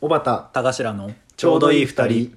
小畑田頭のちょうどいい二人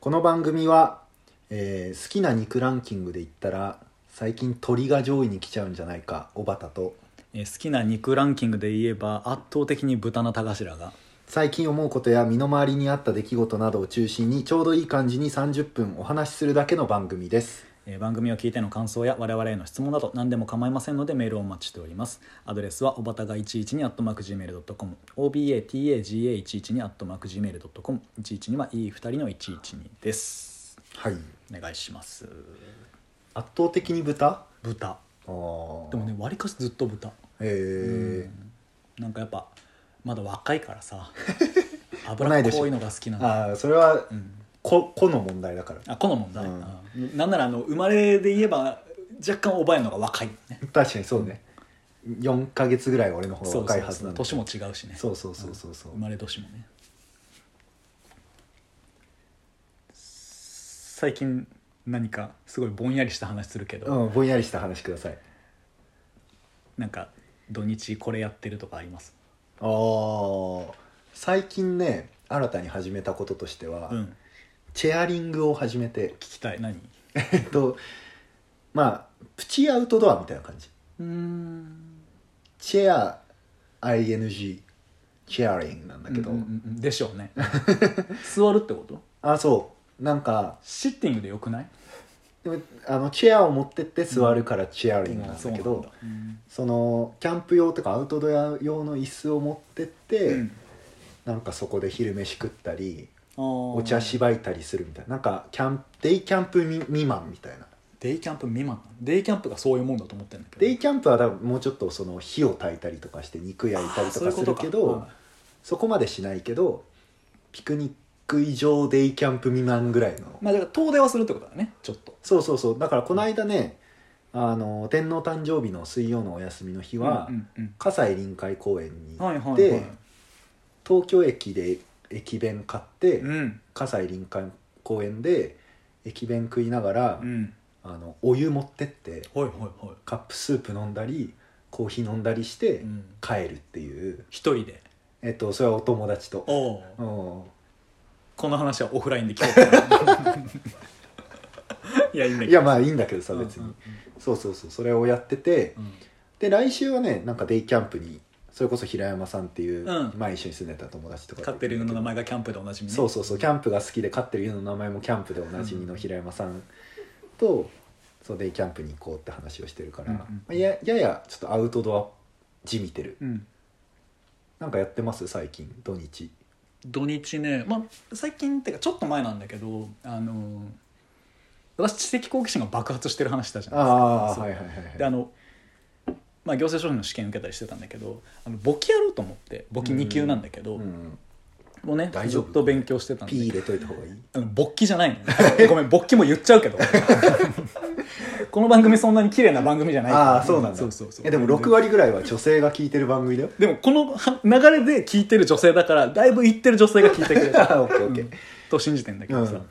この番組は、えー好きな肉ランキングで言ったら最近鳥が上位に来ちゃうんじゃないか小畑とえー好きな肉ランキングで言えば圧倒的に豚の田頭が最近思うことや身の回りにあった出来事などを中心にちょうどいい感じに30分お話しするだけの番組ですえー番組を聞いての感想や我々への質問など何でも構いませんのでメールをお待ちしておりますアドレスはおばたが112に atmacgmail.com obatagaga112 に atmacgmail.com112 はいい2人の112ですはいお願いします圧倒的に豚あ豚ーでもねわりかしずっと豚えなんかやっぱまだ若いか らさ同脂いっ年こいのが好きなー、のああそれは、うんこ個の問題だからあ好みだ、ううんん、なんならあの生まれで言えば若干おばえの方が若いね確かにそうね、4か月ぐらい俺の方がそうそ若いうはずそなうんだ年も違うしねそうそうそうそうそう生まれ年もね最近何かすごいぼんやりした話するけど、うん、ぼんやりした話くださいなんか土日これやってるとかありますあー最近ね新たに始めたこととしては、うんチェアリングを始めて聞きたい何えっとまあプチアウトドアみたいな感じうんチェア ING チェアリングなんだけど、うんうんうんでしょう ね座るってことあそうなんかシッティングでよくないでもあのチェアを持ってって座るからチェアリングなんだけど、そうなんだそのキャンプ用とかアウトドア用の椅子を持ってって、うんなんかそこで昼飯食ったりおお茶しばいたりするみたいななんかキャンデイキャンプみ未満みたいなデイキャンプ未満なのデイキャンプがそういうもんだと思ってるんだけどデイキャンプは多分もうちょっとその火を焚いたりとかして肉焼いたりとあーそういかうすこるとけどそかこまでしないけどピクニック以上デイキャンプ未満ぐらいの、まあだから遠出はするってことだねちょっとそうそうそうだからこの間ねあの天皇誕生日の水曜のお休みの日は、うんうん葛西臨海公園にうんはいはい行はっいて、東京駅で駅弁買ってうん葛西臨海公園で駅弁食いながら、うんあのお湯持ってってはいはいはカップスープ飲んだりコーヒー飲んだりして、いうん帰るっていう、一人でえっと、それはお友達とおううんこの話はオフラインで聞こういやいいんだけどいやまあいいんだけどさうん別に、そうそうそうそれをやっててうんで来週はねなんかデイキャンプにそれこそ平山さんっていう、うん前一緒に住んでた友達とか飼ってる犬の名前がキャンプでおなじみねそうそうそうキャンプが好きで飼ってる犬の名前もキャンプでおなじみの平山さんと、そうデイキャンプに行こうって話をしてるから、うんうんまあやややちょっとアウトドアじみてるうんなんかやってます最近土日土日ねまあ最近っていうかちょっと前なんだけどあのー私知的好奇心が爆発してる話したじゃないですかああそうはいはいはいではあいの、まあ、行政書士の試験受けたりしてたんだけどあの簿記やろうと思って簿記2級なんだけど、うんもうね大ず丈夫っと勉強してたんピーで入れといた方がいいあの簿記じゃないのね ごめん簿記も言っちゃうけど この番組そんなに綺麗な番組じゃないからああそうなんだそうそうそうえでも6割ぐらいは女性が聞いてる番組だよでもこのは流れで聞いてる女性だからだいぶ言ってる女性が聞いてくれあた ーオッケーオッケうーんと信じてんだけどさ、うん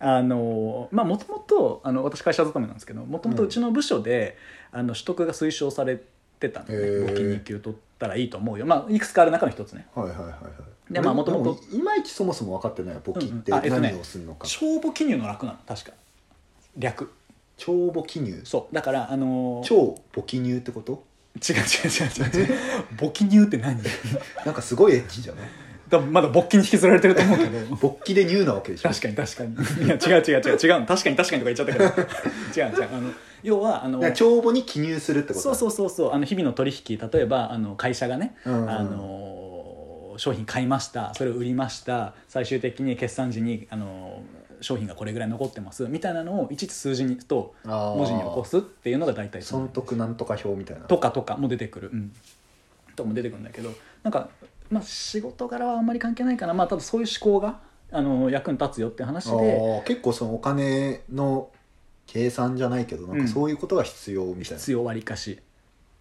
あのまあもともとあの私会社勤めなんですけどもともとうちの部署で、あの取得が推奨されてたのへでー簿記2級取ったらいいと思うよまあいくつかある中の一つねはいはいはいはいでまあ元々でいまいちそもそも分かってないよ簿記ってうんうんあえっとね何をするのか、帳簿記入の楽なの確か略帳簿記入そうだからあのー超簿記入ってこと違う違う違う違う違う簿記入って何 だなんかすごいエッチじゃないまだ簿記に引きずられてると思うけ ど簿記で入なわけでしょ確かに確かにいや違う違う違う違うの確かに確かにとか言っちゃったけど違う違うあの要はあのだから帳簿に記入するってことそうそううそうそうあの日々の取引例えばあの会社がね、うんうんあの商品買いましたそれを売りました最終的に決算時にあの商品がこれぐらい残ってますみたいなのをいちいち数字にとあー文字に起こすっていうのが大体その損得なんとか表みたいなとかとかも出てくる、うん、とかも出てくるんだけどなんか、まあ、仕事柄はあんまり関係ないかなまあ多分そういう思考があの役に立つよって話あでー結構そのお金の計算じゃないけどなんかそういうことが必要みたいな、必要割りかし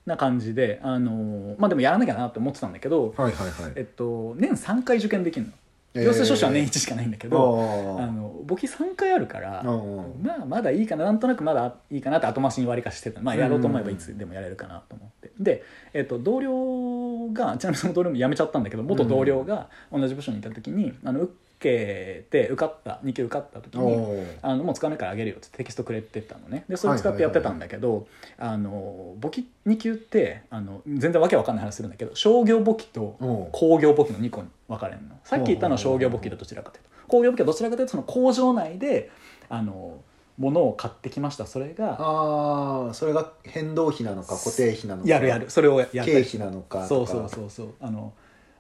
な感じであのまあでもやらなきゃなって思ってたんだけどはいはいはいえっと、年3回受験できるのえー行政書士は年一しかないんだけけど、どあの簿記3回あるから、うんまあまだいいかななんとなくまだいいかなって後回しに割りかしてたまあやろうと思えばいつでもやれるかなと思って、で、えっと同僚がちなみにその同僚も辞めちゃったんだけど元同僚が同じ部署にいた時に、あの受けて受かった2級受かった時におーあのもう使わないからあげるよってテキストくれてたのねでそれを使ってやってたんだけど、あの簿記2級ってあの全然わけわかんない話するんだけど商業簿記とおう工業簿記の2個に分かれるのさっき言ったのは商業簿記でどちらかというと工業簿記はどちらかというとその工場内であの物を買ってきましたそれがああそれが変動費なのか固定費なのかやるやるそれをややった経り費なのかそとうかそうそうそうあの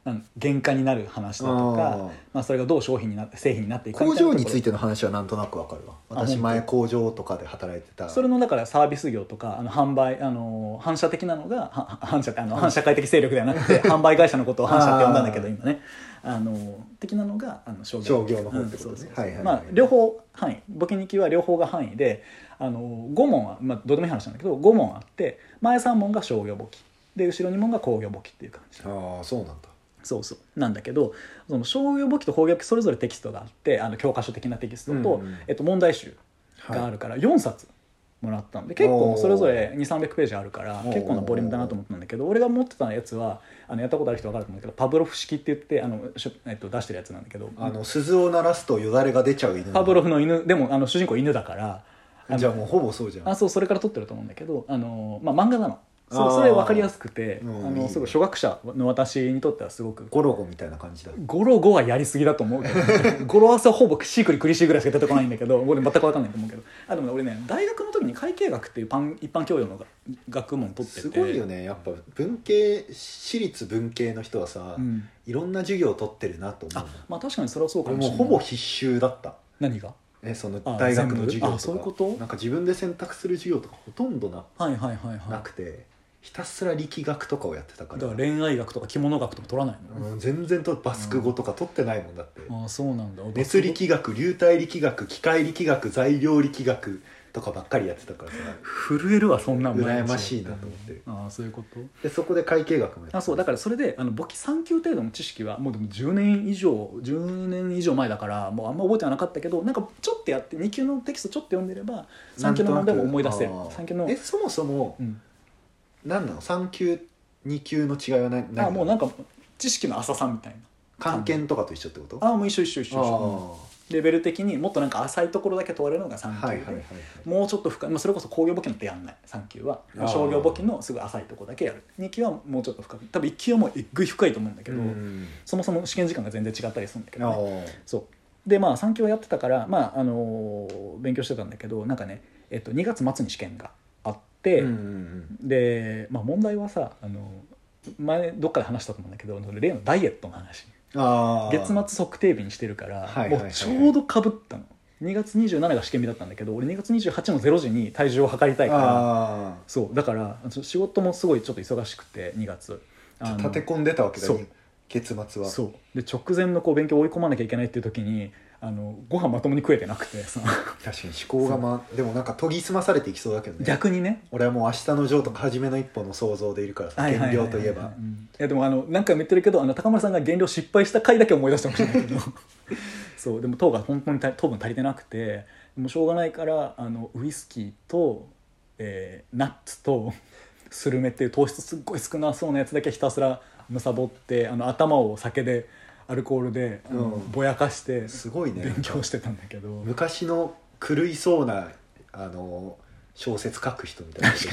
なん原価になる話だとかあーまあ、それがどう商品になって製品になっていくかみ工たいな場にところついての話はなんとなくわかるわあ私前本工場とかで働いてたそれのだからサービス業とかあの販売あの反射的なのがはは反射ってあの反社会的勢力では なくて販売会社のことを反社って呼んだんだけどあー今ねあの的なのがあの商業商業の方ってことねうんそうそうはいはいはいまあ両方範囲簿記2級は両方が範囲であの5問は、まあ、どうでもいい話なんだけど5問あって前3問が商業簿記で後ろ2問が工業簿記っていう感じああそうなんだそうそうなんだけどその商業簿記と工業簿記それぞれテキストがあってあの教科書的なテキストと、うんうんえっと、問題集はいがあるから4冊もらったんで結構それぞれ2300ページあるからおー結構なボリュームだなと思ったんだけど俺が持ってたやつはあのやったことある人分かると思うけどパブロフ式って言ってあの、しょえっと、出してるやつなんだけどあの鈴を鳴らすとよだれが出ちゃう犬パブロフの犬でもあの主人公犬だからあのじゃあもうほぼそうじゃんあそうそれから撮ってると思うんだけどあの、まあ、漫画なのそあれーそれ分かりやすくてあうんいいのねすごい初学者の私にとってはすごくゴロゴみたいな感じだゴロゴはやりすぎだと思うけ ど、ね、ゴロアスはほぼシークリクリシーぐらいしか出てこないんだけど俺全く分かんないと思うけどあでもね俺ね大学の時に会計学っていうパン一般教養の学問取っててすごいよねやっぱ文系私立文系の人はさ、うんいろんな授業を取ってるなと思あうまあ確かにそれはそうか俺ももうしれないほぼ必修だった何がえそのあ大学の授業とか全部あそういうことなんか自分で選択する授業とかほとんどなはいはいはいはいなだくてひたすら力学とかをやってたからから恋愛学とか着物学とか取らないの、うん全然とバスク語とか取ってないもんだって、ああそうなんだ熱力学流体力学機械力学材料力学とかばっかりやってたからさ震えるわそんなん毎日羨ましいなと思ってああそういうことでそこで会計学もやってたあそうだからそれであの簿記3級程度の知識はもうでも10年以上10年以上前だからもうあんま覚えてはなかったけどなんかちょっとやって2級のテキストちょっと読んでれば3級の問題も思い出せるなんとなく3級のえそもそもうん、何なの3級2級の違いは何何あもうなんかか知識の浅さみたい関係とかと一緒ってことなあもう一緒一緒一緒一緒あレベル的にもっとなんか浅いところだけ問われるのがー3級で、はいはいはいはいもうちょっと深い、まあ、それこそ工業簿記なんてやんない3級はあー商業簿記のすぐ浅いところだけやる2級はもうちょっと深く多分1級はもうえっぐい深いと思うんだけど、うんそもそも試験時間が全然違ったりするんだけあど、ね、ーそうでまあ3級はやってたから、まああのー勉強してたんだけどなんかね、えっと、2月末に試験があっうて、んうんうんで、まあ、問題はさ、あの前どっかで話したと思うんだけど例のダイエットの話あー月末測定日にしてるから、はいはいはいはいもうちょうどかぶったの2月27が試験日だったんだけど俺2月28の0時に体重を測りたいからあそうだからちょ仕事もすごいちょっと忙しくて2月ああの立て込んでたわけだそう月末はそうで直前のこう勉強追い込まなきゃいけないっていう時にあのご飯まともに食えてなくてさ確かに思考がまでもなんか研ぎ澄まされていきそうだけどね逆にね俺はもう明日の情とか初めの一歩の想像でいるからさ減量といえはばははうんいやでもあの何回も言ってるけどあの高村さんが減量失敗した回だけ思い出してほしいんだけ どそうでも糖が本当にた糖分足りてなくてもうしょうがないからあのウイスキーと、えーナッツとスルメっていう糖質すっごい少なそうなやつだけひたすらむさぼってあの頭を酒でアルコールで、あのうんぼやかしてすごいね勉強してたんだけど昔の狂いそうなあの小説書く人みたいな人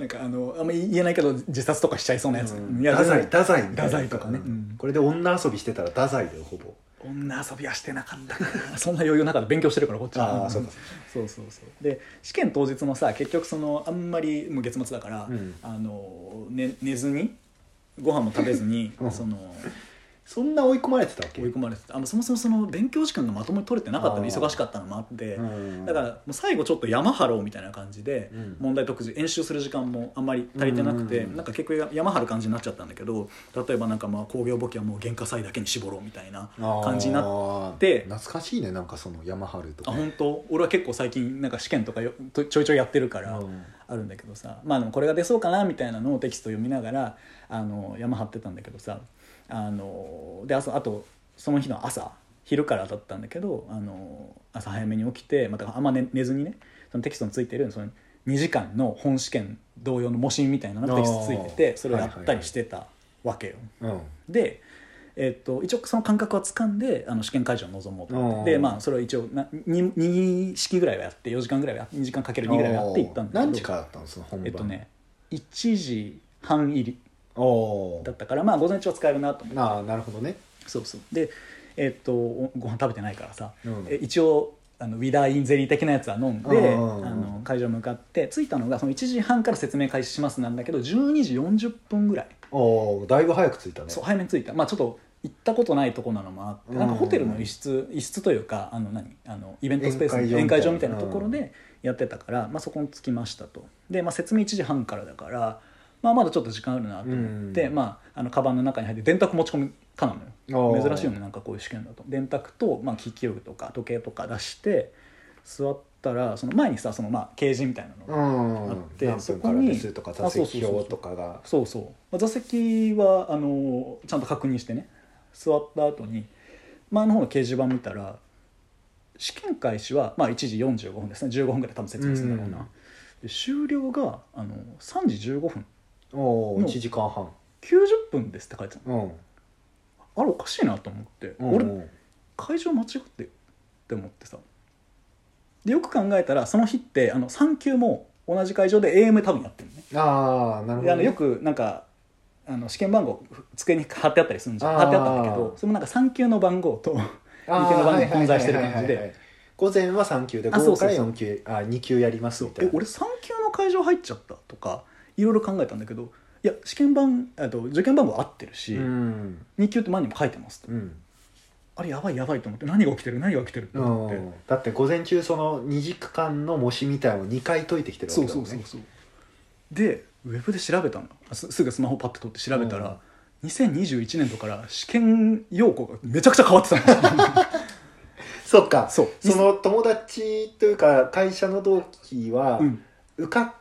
なんかあのあんまり言えないけど自殺とかしちゃいそうなやつ、うんいや太宰でも太宰みたいな太宰とかねうんこれで女遊びしてたら太宰だよほぼ女遊びはしてなかったからそんな余裕なかった勉強してるからこっちあはーそうかそうそうそうで試験当日もさ結局そのあんまりもう月末だから、うんあの寝寝ずにご飯も食べずに、うんそのそんな追い込まれてたわけ追い込まれてたあのそもそもその勉強時間がまともに取れてなかったのあー忙しかったのもあって、うんだからもう最後ちょっと山張ろうみたいな感じで、うん問題特需演習する時間もあんまり足りてなくて、うんなんか結構山張る感じになっちゃったんだけど例えばなんかまあ工業簿記はもう原価祭だけに絞ろうみたいな感じになっってあー懐かしいねなんかその山春とあかね本当俺は結構最近なんか試験とかよとちょいちょいやってるから、うんあるんだけどさまあでもこれが出そうかなみたいなのをテキスト読みながらあの山張ってたんだけどさあのであそあとその日の朝昼からだったんだけどあの朝早めに起きてまたあんま寝寝ずにねそのテキストについてるその2時間の本試験同様の模試みたいなのがテキストついてあてーそれをやったりしてたわけよ。うんで、えっと一応その感覚は掴んであの試験会場に臨もうと思ってあーで、まあ、それを一応な 2, 2式ぐらいはやって4時間ぐらいは2時間かける2ぐらいはやっていったんだけど何時からだったのその本番えっとね1時半入りおおだったからまあ午前中は使えるなと思ってああなるほどねそうそうでえっとおご飯食べてないからさ、うんえ一応あのウィダーインゼリー的なやつは飲んで、うんうんうんあの会場向かって着いたのがその1時半から説明開始しますなんだけど12時40分ぐらいおおだいぶ早く着いたねそう早めに着いたまあちょっと行ったことないとこなのもあって、うんなんかホテルの一室一室というかあの何あのイベントスペース宴会場みたいな宴会場みたいなところでやってたから、まあ、そこに着きましたとで、まあ、説明1時半からだから、まあ、まだちょっと時間あるなと思って、うんまあ、あのカバンの中に入って電卓持ち込みかなのよおー珍しいよねなんかこういう試験だと電卓と、まあ、筆記用具とか時計とか出して座ったらその前にさそのまあケージみたいなのがうんあって何そ分こからにですとか座あそうそうそう席表とかがそうそうまあ座席はあのちゃんと確認してね座った後に前の方の掲示板見たら試験開始は、まあ、1時45分ですね15分ぐらい多分説明するんだろうな、うんで終了があの3時15分おおの1時間半90分ですって書いてたのうんあれおかしいなと思って、うん俺会場間違ってるって思ってさでよく考えたらその日ってあの3級も同じ会場で AM 多分やってるねああなるほでどあのねよくなんかあの試験番号机に貼ってあったりするんじゃんあー貼ってあったんだけどそれもなんか3級の番号 とあー右手の番号混在してる感じではいはいはいはい午前は3級で午あそ後うかそうらそう4級あ2級やりますみたいえな俺3級の会場入っちゃったとかいろいろ考えたんだけどいや試験番あと受験番号合ってるし、うん2級って前にも書いてますと、うんあれやばいやばいと思って何が起きてる何が起きてるって思って、うんだって午前中その2時間の模試みたいなのを2回解いてきてるわそけうだそもんうねそうそうでウェブで調べたのあすすぐスマホパッと取って調べたら、2021年度から試験要項がめちゃくちゃ変わってた のそっかそうその友達というか会社の同期はうん受かっ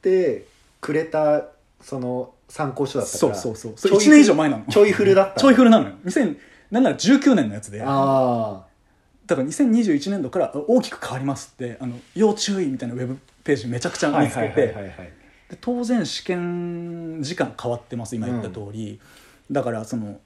てくれたその参考書だったかそうらそうそうちそょれい1年以上前なのちょいフルだったちょいフルなのよ2000なんなら19年のやつでだかあら2021年度からあ大きく変わりますってあの要注意みたいなウェブページめちゃくちゃあはい見つはけいはいはていはいで当然試験時間変わってます今言った通り、だからその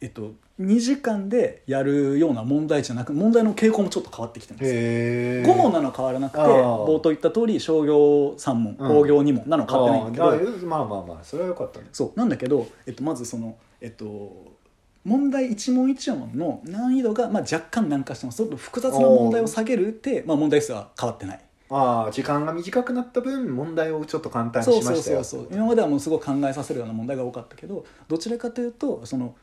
えっと2時間でやるような問題じゃなく問題の傾向もちょっと変わってきてますへえ5問なの変わらなくてあー冒頭言った通り商業3問うん工業2問なの変わってないんだけど、あーあまあまあまあそれはよかったねそうなんだけど、えっと、まずその、えっと、問題一問一問の難易度が、まあ、若干難化してますちょっと複雑な問題を下げるって、まあ、問題数は変わってないああ時間が短くなった分問題をちょっと簡単にそうしまそうしたそうよそう今まではもうすごい考えさせるような問題が多かったけどどちらかというとその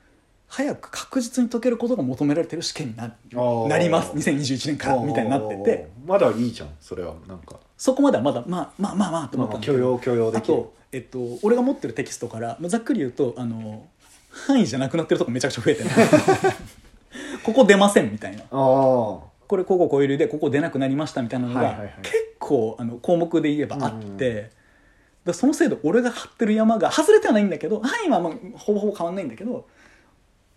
早く確実に解けることが求められてる試験になあーなります2021年からみたいになってておーまだいいじゃんそれはなんかそこまではまだまあまあまあまあと思ったんだけ許ど容許容であきると、えっと、俺が持ってるテキストから、まあ、ざっくり言うとあの範囲じゃなくなってるとこめちゃくちゃ増え てるここ出ませんみたいあなあこれこここういう理由でここ出なくなりましたみたいなのが、はいはいはい結構あの項目で言えばあっうて、んうんだからその制度俺が張ってる山が外れてはないんだけど範囲はまあほぼほぼ変わんないんだけど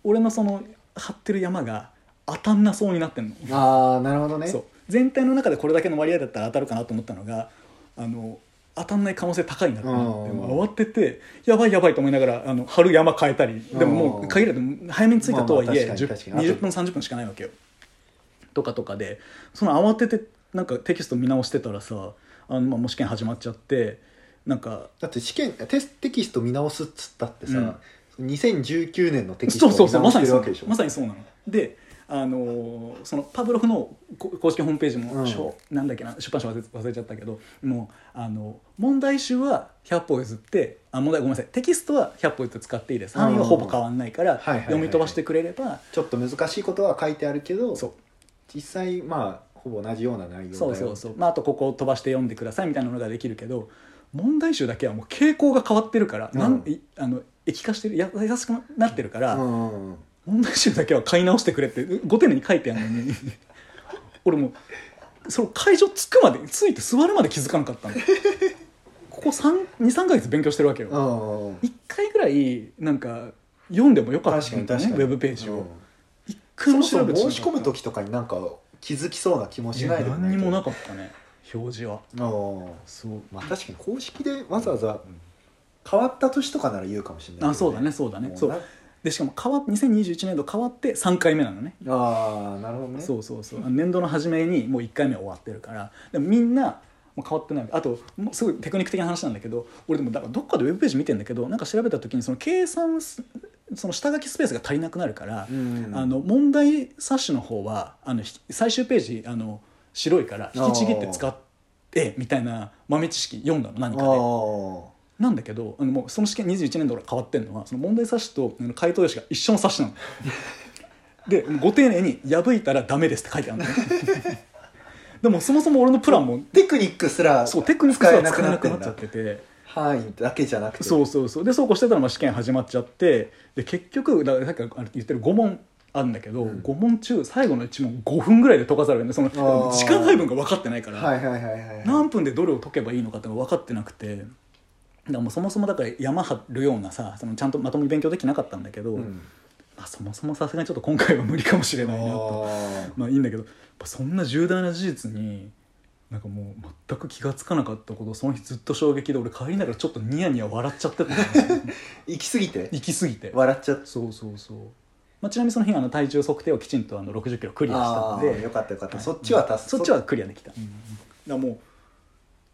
俺のその張ってる山が当たんなそうになってんの。ああなるほどねそう全体の中でこれだけの割合だったら当たるかなと思ったのがあの当たんない可能性高いなって思ってうんもう慌ててやばいやばいと思いながらあの春山変えたりでももううん限らず早めに着いたとはいえ、まあまあ確かに10確かに20分30分しかないわけよとかとかでその慌ててなんかテキスト見直してたらさあの、まあ、もう試験始まっちゃってなんかだって試験テステキスト見直すっつったってうんさ、2019年のテキストそうそうそうま直さしてるにそわうけでしょまさにそうなのであのーそのパブロフのこ公式ホームページも、うんしょなんだっけな出版社忘れ忘れちゃったけどもうあの問題集は100歩譲ってあ問題ごめんなさいテキストは100歩譲って使っていいです範囲はほぼ変わんないから、いはいはいはい読み飛ばしてくれれば、ちょっと難しいことは書いてあるけどそう実際まあほぼ同じような内容だよそうそうそう、まあ、あとここを飛ばして読んでくださいみたいなのができるけど問題集だけはもう傾向が変わってるから、なんうんいあの液化してるや優しくなってるから、うんうん問題集だけは買い直してくれってご丁寧に書いてあるのに 俺もうその会場着くまで着いて座るまで気づかなかったのここ23か月勉強してるわけようんうんうん1回ぐらいなんか読んでもよかった確かに確かにウェブページを、うん一回そももそ調べもてなか申ったし込む時とかになんか気づきそうな気もしいなやいでも何にもなかかったね表示はそうまあ確かに公式でわざわざ変わった年とかなら言うかもしれないけど、あそうだねそうだねもそうなでしかも変わっ2021年度変わって3回目なのねああなるほどねそうそうそう年度の初めにもう1回目終わってるからでもみんなもう変わってないあともうすごいテクニック的な話なんだけど俺でもだからどっかでウェブページ見てんだけどなんか調べた時にその計算すその下書きスペースが足りなくなるから、うんあの問題冊子の方はあのひ最終ページあの白いから引きちぎって使ってみたいな豆知識読んだの何かで。あなんだけどあのもうその試験21年度から変わってるのはその問題冊子とあの回答用紙が一緒の冊 子なの。でご丁寧に「破いたらダメです」って書いてあるのねでもそもそも俺のプランもあテクニックすらそうテクニック使えがな使くえななってくなんっちゃだってて範囲だけじゃなくてそうそうそうでそうこうしてたらまあ試験始まっちゃってで結局だからさっきから言ってる5問あるんだけど、うん5問中最後の1問5分ぐらいで解かざるを得ないそのあー時間配分が分かってないから、はいはいはいはいはい何分でどれを解けばいいのかってのが分かってなくてだからもうそもそもだから山張るようなさそのちゃんとまともに勉強できなかったんだけど、うんまあ、そもそもさすがにちょっと今回は無理かもしれないなとあまあいいんだけどやっぱそんな重大な事実になんかもう全く気が付かなかったことその日ずっと衝撃で俺帰りながらちょっとニヤニヤ笑っち ゃってたのー行き過ぎて行き過ぎて笑っちゃったそうそうそう、まあ、ちなみにその日あの体重測定をきちんとあの6 0キロクリアしたあのあでーよかったよかった、そっちはうん達そっちはクリアできた、だからも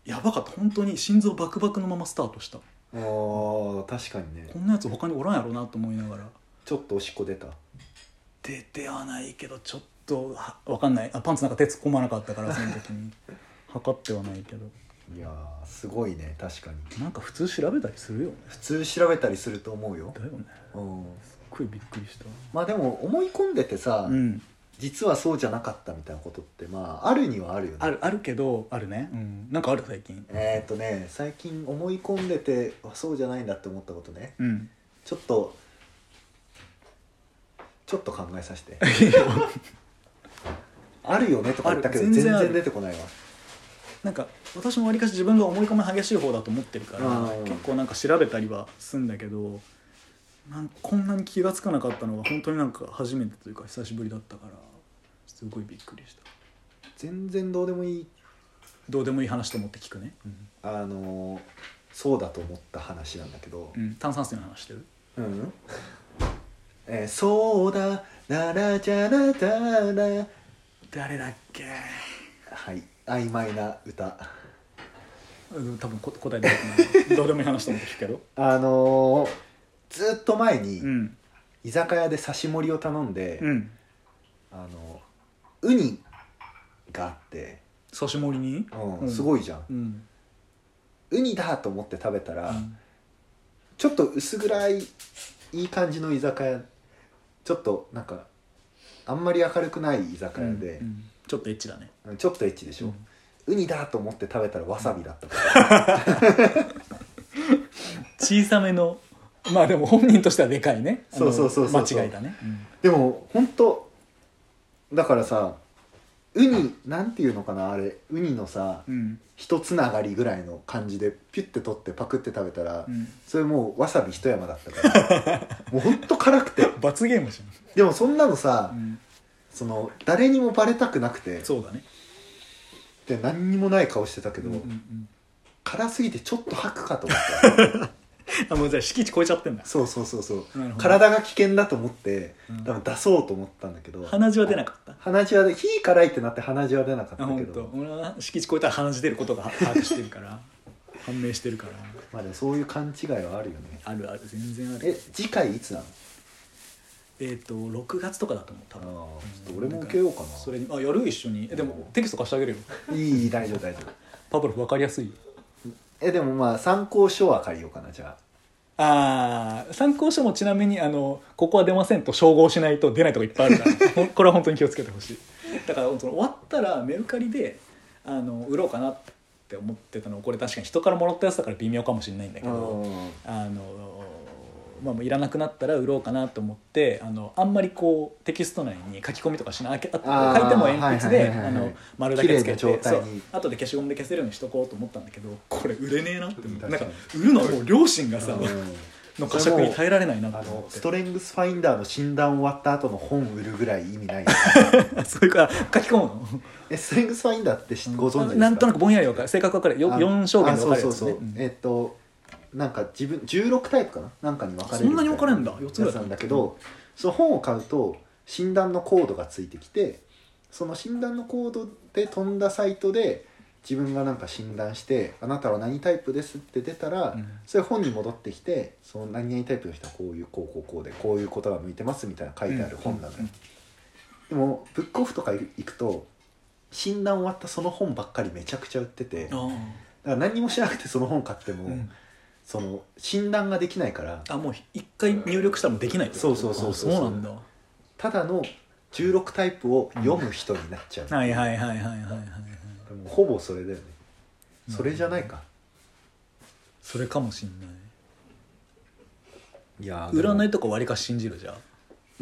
うやばかった本当に心臓バクバクのままスタートしたあー確かにねこんなやつ他におらんやろなと思いながらちょっとおしっこ出た出てはないけどちょっとはわかんないあパンツなんか手突っ込まなかったからその時に 測ってはないけどいやーすごいね確かになんか普通調べたりするよね普通調べたりすると思うよだよねうんすっごいびっくりしたまあでも思い込んでてさ、うん実はそうじゃなかったみたいなことってまああるにはあるよねあるあるけどあるねうんなんかある最近えーっとね最近思い込んでてあそうじゃないんだって思ったことねうんちょっとちょっと考えさせ てあるよねとか言ったけどある全全然然ある出てこないわなんか私もわりかし自分が思い込み激しい方だと思ってるからうん結構なんか調べたりはすんだけどなんこんなに気が付かなかったのは本当になんか初めてというか久しぶりだったからすごいびっくりした全然どうでもいいどうでもいい話と思って聞くね、うんあのーそうだと思った話なんだけど、炭酸水の話してるうん、えーそうだララジャラダラ誰だっけはい曖昧な歌うん多分こ答え出てこないどうでもいい話と思って聞くけどあのーずっと前に、うん居酒屋で刺し盛りを頼んで、うんあのウニがあって、刺し盛りにうんうんすごいじゃんうんウニだと思って食べたら、うんちょっと薄暗いいい感じの居酒屋ちょっとなんかあんまり明るくない居酒屋でう、んちょっとエッチだねちょっとエッチでしょ、ウニだと思って食べたらわさびだったから、小さめのまあでも本人としてはでかいねあのそうそうそうそうそう間違いだね、うんでも本当だからさウニなんていうのかなあれウニのさうん一つながりぐらいの感じでピュッて取ってパクって食べたら、うん、それもうわさび一山だったから もうほんと辛くて罰ゲームじでもそんなのさゃん、、その誰にもバレたくなくてそうだね、で何にもない顔してたけうど、んうんうん、辛すぎてちょっと吐くかと思 ったあもうじゃあ敷地超えちゃってんだそうそうそうそうなるほど体が危険だと思ってうん多分出そうと思ったんだけど鼻血は出なかった鼻血はで火辛いってなって鼻血は出なかったあ本け当ど。俺は敷地超えたら鼻血出ることが把握してるから 判明してるからまあでもそういう勘違いはあるよねあるある全然あえる次回いつなのえっ、と6月とかだと思う多あーちょ分っと俺も受けようかなそれにあやる一緒にえでもテキスト貸してあげるよいい大丈夫大丈夫パブロフ分かりやすいえでもまあ参考書は借りようかなじゃあああ参考書もちなみにあのここは出ませんと照合しないと出ないとこいっぱいあるから ほんこれは本当に気をつけてほしいだからその終わったらメルカリであの売ろうかなって思ってたのこれ確かに人からもらったやつだから微妙かもしれないんだけどうんあの、まあ、もういらなくなったら売ろうかなと思ってあのあんまりこうテキスト内に書き込みとかしないあけああー書いても鉛筆ではいはいあはいはいの丸だけつけて綺麗な状態そうに後で消しゴムで消せるようにしとこうと思ったんだけどこれ売れねえなって思って確なんかかに 売るのはもう両親がさ、うんの呵責に耐えられないなとあ思っの てストレングスファインダーの診断終わった後の本売るぐらい意味 ないそういうから書き込むのえストレングスファインダーって知ご存知ですかなんとなくぼんやり分かる性格分かるよあ4証言で分かるあそやうつそうねそううんえっとなんか自分16タイプかななんかに分かれるそんなに分かれんだ四つぐらいやつなんだけどその本を買うと診断のコードがついてきてその診断のコードで飛んだサイトで自分がなんか診断して「あなたは何タイプです」って出たら、うんそれ本に戻ってきてその何々タイプの人はこういうこうこうこうでこういうことが向いてますみたいな書いてある本なのよ、うんでもブックオフとか行くと診断終わったその本ばっかりめちゃくちゃ売ってて、だあから何もしなくてその本買ってあも、うんその診断ができないからあもう一回入力したらもうできないってことそうそうそうそうあそうなんだただの16タイプを読む人になっちゃう、はいはいはいはいはいはいはいもうほぼそれだよねそれじゃないか、それかもしんないいやーでも占いとかわりかし信じるじゃん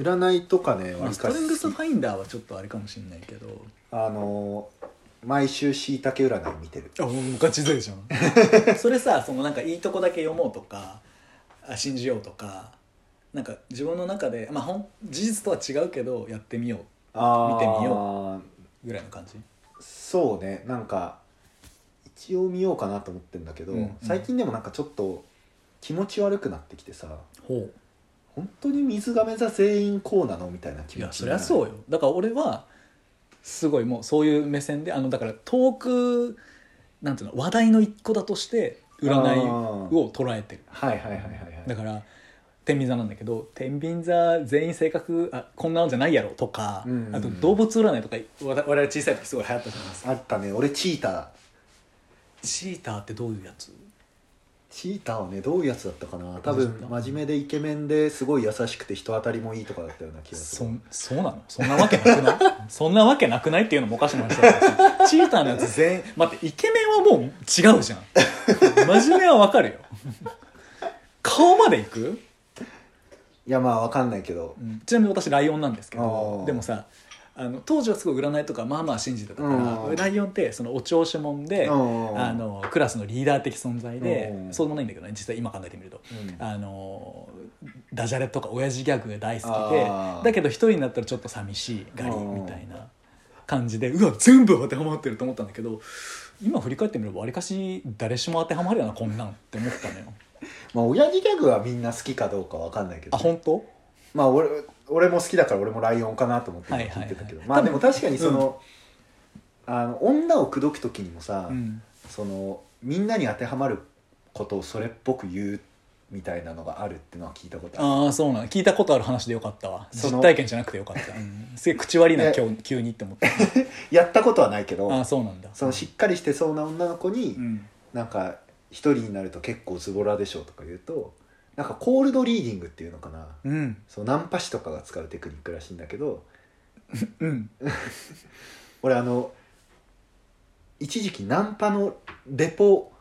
占いとかねまあ割スかトしレングスファインダーはちょっとあれかもしんないけどあのー毎週しいたけ占い見てるあもうガチ勢じゃん それさそのなんかいいとこだけ読もうとかあ信じようとかなんか自分の中で、まあ、ほん事実とは違うけどやってみよあー見てみうぐらいの感じそうねなんか一応見ようかなと思ってんだけど、うんうん最近でもなんかちょっと気持ち悪くなってきてさほ本当に水亀座全員こうなのみたいな気持ちいにやなるそりゃそうよだから俺はすごいもうそういう目線であのだから遠くなんていうの話題の一個だとして占いを捉えてるはいはいはいはいはいだから天秤座なんだけど天秤座全員性格あこんなのじゃないやろとか、うんうんうんあと動物占いとかわ我々小さい時すごい流行ったじゃないですかあったね俺チーターチーターってどういうやつチーターはねどういうやつだったかな多分真面目でイケメンですごい優しくて人当たりもいいとかだったような気がすそるんそうなのそんなわけな くないそんなわけなくないっていうのもおかしな話だけどチーターのやつ全員待ってイケメンはもう違うじゃん真面目はわかるよ顔までいくいやまあわかんないけどうんちなみに私ライオンなんですけあどーでもさあの当時はすごい占いとかまあまあ信じてたかうんらライオンってそのお調子者でうんあのクラスのリーダー的存在でうんそうでもないんだけどね実際今考えてみるとうんあのダジャレとか親父ギャグが大好あーきでだけど一人になったらちょっと寂しいがりうんみたいな感じでうわ全部当てはまってると思ったんだけど今振り返ってみればわりかし誰しも当てはまるよなこんなんって思ったのよ。まあ親父ギャグはみんな好きかどうかわかんないけどあ本当まあ俺俺も好きだから俺もライオンかなと思って今はいはい聞はいていたけど、多分まあでも確かにその,、あの女を口説く時にもさ、うんそのみんなに当てはまることをそれっぽく言うみたいなのがあるってのは聞いたことあるああそうなの聞いたことある話でよかったわその実体験じゃなくてよかった、すげえ口悪いなで今日急にって思ったやったことはないけどああそうなんだそのしっかりしてそうな女の子に、うんなんか一人になると結構ズボラでしょとか言うとなんかコールドリーディングっていうのかなうんそのナンパ師とかが使うテクニックらしいんだけどうん俺あの一時期ナンパのレポ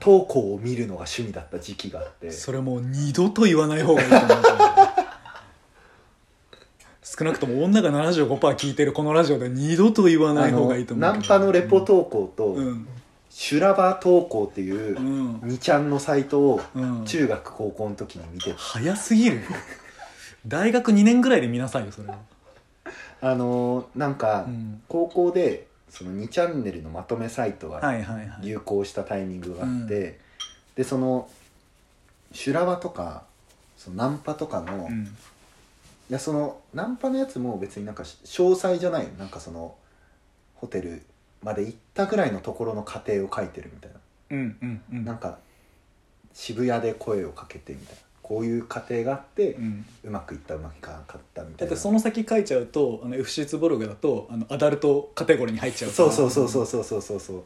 投稿を見るのが趣味だった時期があってそれもう二度と言わない方がいいと思う少なくとも女が75%聞いてるこのラジオで二度と言わない方がいいと思うあのナンパのレポと投稿と、うん、修羅場投稿っていううん2ちゃんのサイトをうん、中学高校の時に見てて早すぎるよ大学2年ぐらいで見なさいよそれは、あのーなんか、うん、高校でその2チャンネルのまとめサイトがはいはいはい流行したタイミングがあって、うんでその修羅場とかそのナンパとかの、ういんやそのナンパのやつも別になんか詳細じゃないなんかそのホテルまで行ったぐらいのところの過程を書いてるみたいな、うんうんうんなんか渋谷で声をかけてみたいなこういう過程があって、ううんまくいったうまくいかなかったみただいっなてその先書いちゃうとあの FC ツボログだとあのアダルトカテゴリーに入っちゃうかそらうそうそうそうそうそうそうそう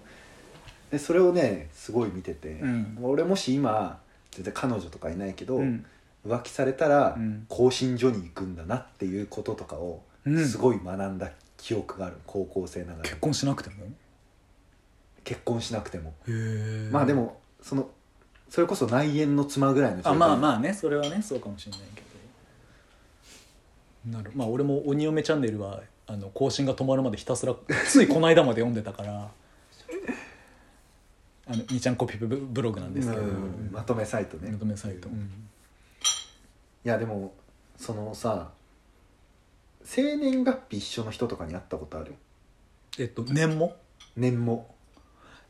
でそれをねすごい見てて、うん俺もし今全然彼女とかいないけど、うん浮気されたらうん更新所に行くんだなっていうこととかをうんすごい学んだ記憶がある高校生ながら結婚しなくてもへ結婚しなくても、えまあでもそのそれこそ内縁の妻ぐらいのあまああまあねそれはねそうかもしれないけどなるまあ俺も「鬼嫁チャンネルは」あ の更新が止まるまでひたすらついこの間まで読んでたからあの兄ちゃんコピーブブログなんですけど、うんまとめサイトねまとめサイト、うんいやでもそのさ生年月日一緒の人とかに会ったことあるえっと年も年も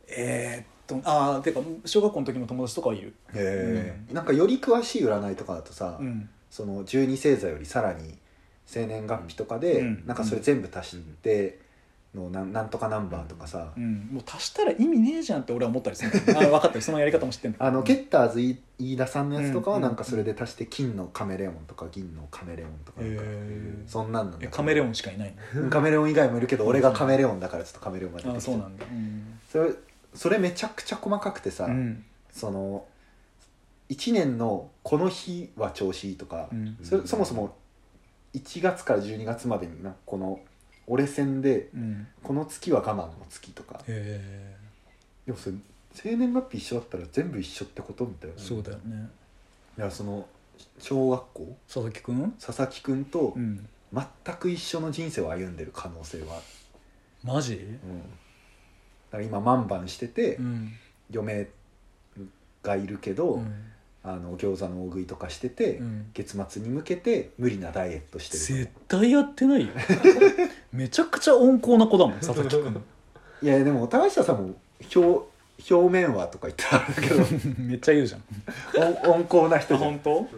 えーっとああてか小学校の時の友達とかはいるへえ、なんかより詳しい占いとかだとさ、うんその十二星座よりさらに生年月日とかで、うんなんかそれ全部足してのなんなんとかナンバーとかさ、うん、もう足したら意味ねえじゃんって俺は思ったりするんだ よねあ分かったよそのやり方も知ってんだあのケッターズ飯飯田さんのやつとかはうんうんなんかそれで足して金のカメレオンとか銀のカメレオンとかなんかへーそんなんなんだけえどカメレオンしかいないうんカメレオン以外もいるけど俺がカメレオンだからちょっとカメレオンが出てのきあたあそうなんだ、うんそれそれめちゃくちゃ細かくてさ、うんその1年のこの日は調子いいとか、うんそそもそも1月から12月までになこの折れ線でうん、この月は我慢の月とかへえでもそれ生年月日一緒だったら全部一緒ってことみたいなそうだよねいやその小学校佐々木くん佐々木くんとうん全く一緒の人生を歩んでる可能性はある、マジうん、だから今万番してて、うん、嫁がいるけど、うんあの餃子の大食いとかしてて、うん、月末に向けて無理なダイエットしてる絶対やって ないよめちゃくちゃ温厚な子だもん佐々木くんいやでも高下さんも表表面はとか言ったらあるけどめっちゃ言うじゃん お温厚な人じゃん本当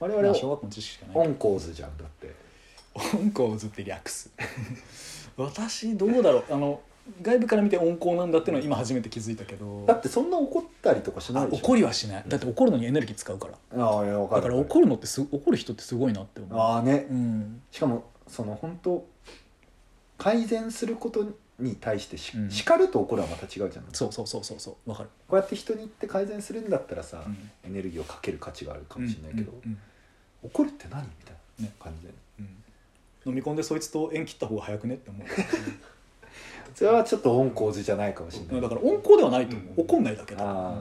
我々まあ小は学校の知識しかない温厚図じゃんだって温厚をずって略す私どうだろうあの外部から見て温厚なんだってのは今初めて気づいたけどだってそんな怒ったりとかしあないでしょ怒りはしないだって怒るのにエネルギー使うからああいや分かだるから分か怒るのってす怒る人ってすごいなってる思うああねうんしかもその本当改善することに対してし、うん叱ると怒るはまた違うじゃんそうそうそうそうそうわかる、こうやって人に言って改善するんだったらさ、うんエネルギーをかける価値があるかもしれないけど、うんうん怒るって何みたいなね感じで、うん飲み込んでそいつと縁切った方が早くねって思うそれはちょっと温厚図じゃないかもしれない、だから温厚ではないと思う、うん怒んないだけだあ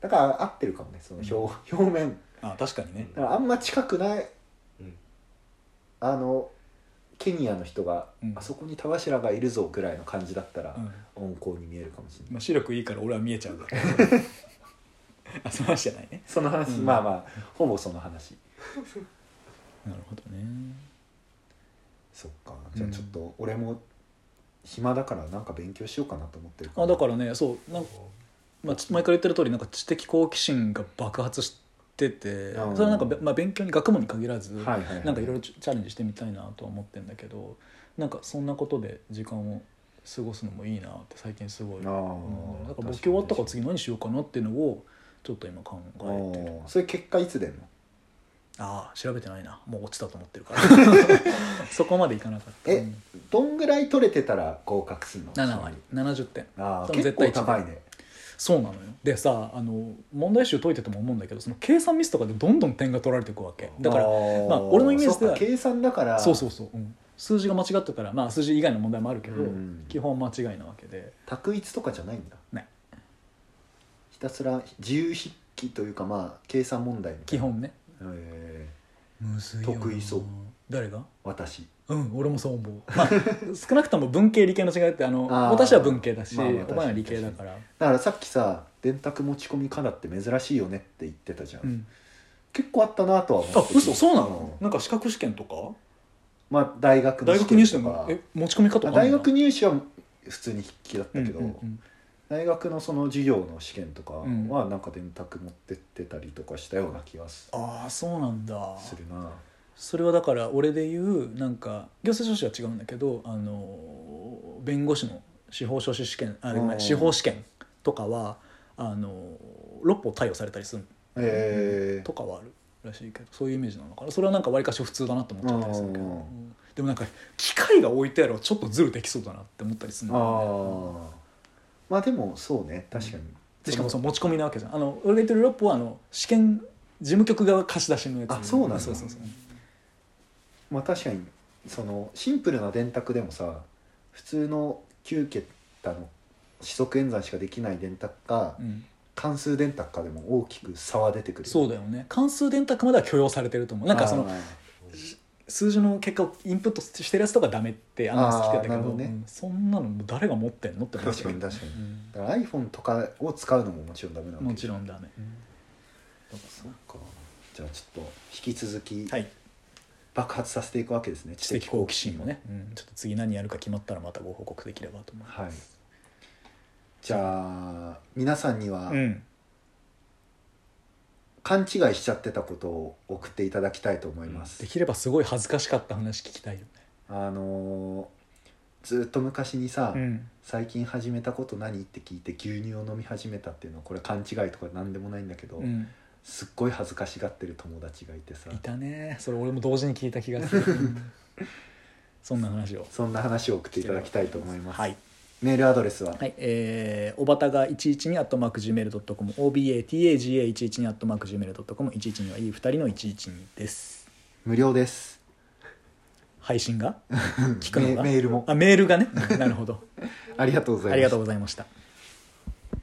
ーだから合ってるかもねその表,、表面あ確かにねだからあんま近くない、うんあのケニアの人が、うんあそこに田頭がいるぞぐらいの感じだったらう、ん温厚に見えるかもしれない、まあ、視力いいから俺は見えちゃう からあそういう話じゃないねその話、うんまあまあほぼその話なるほどねそっかじゃあちょっと俺も暇だからなんか勉強しようかなと思ってるあだかららねそうなんか、まあ、ち毎回言ってる通りなんか知的好奇心が爆発しててうんそれはなんかべ、まあ、勉強に学問に限らず、はいはい、はい、なんかいろろいろチャレンジしてみたいなとは思ってんだけどなんかそんなことで時間を過ごすのもいいなって最近すごい、うん、だあかあら簿記終わったから次何しようかなっていうのをちょっと今考あえてるーそれ結果いつ出んのああ調べてないなもう落ちたと思ってるから そこまでいかなかったえうんどんぐらい取れてたら合格するの7割70点ああ多分結絶構対一番高いねそうなのよでさあの問題集解いてても思うんだけどその計算ミスとかでどんどん点が取られていくわけだからーまあ俺のイメージではそっか計算だからそうそうそう、うん数字が間違ってたらまあ数字以外の問題もあるけど、うん基本間違いなわけで択一とかじゃないんだないひたすら自由筆記というかまあ計算問題みた基いな本ねえむずいよな得意そう誰がー私うん俺もそう思う、まあ、 少なくとも文系理系の違いってあのあー私は文系だし、まあまあお前は理系だから、だからさっきさ電卓持ち込みかだって珍しいよねって言ってたじゃん、うん、結構あったなとは思ってあ嘘そうなのなんか資格試験とかまあ大学の大試学入試験でとかもえ持ち込み方とまあか大学入入試は普通に筆記だっただけど、うんうん大学のその授業の試験とかうんはなんか電卓持ってってたりとかしたような気がすああそうなんだするなそれはだから俺で言うなんか行政書士は違うんだけどあの弁護士の司法書士試験あごめうんん司法試験とかはあの六歩貸与されたりするえとかはあるらしいけどそういうイメージなのかなそれはなんかわりかし普通だなと思っちゃったりするけど、うんうんでもなんか機械が置いてあるはちょっとズルできそうだなって思ったりするー、んだよねああまあでもそうね確かに、でしかもその持ち込みなわけじゃんあの俺が言ってる六歩はあの試験事務局側貸し出しのやつあそうなんだそうそうそうまあ確かにそのシンプルな電卓でもさ普通の9桁の四則演算しかできない電卓かうん関数電卓かでも大きく差は出てくるそうだだよね関数電卓までは許容されてると思うなんかその数字の結果をインプットしてるやつとかダメってアナウンス来てたけあーなるどほどねうんそんなのもう誰が持ってんのって思っ確たかけにど確かにうんだから iPhone とかを使うのももちろんダメなわけもちんろんダメ、そっかじゃあちょっと引き続きはい爆発させていくわけですね、知的好奇心をね、うんちょっと次何やるか決まったらまたご報告できればと思います、はいじゃあ皆さんにはうん、勘違いしちゃってたことを送っていただきたいと思います、できればすごい恥ずかしかった話聞きたいよね、あのーずっと昔にさ、うん、最近始めたこと何って聞いて牛乳を飲み始めたっていうのはこれ勘違いとか何でもないんだけど、うん、すっごい恥ずかしがってる友達がいてさいたねそれ俺も同時に聞いた気 がするうんそんな話をそんな話を送っていただきたいと思います、はいメールアドレスは、はい、えー、おばたが112 at mark gmail.com obatagaga112 at mark gmail.com 112はいい2人の112です無料です 配信が聞くのがメメールもあメールがねなるほどありがとうございますありがとうございました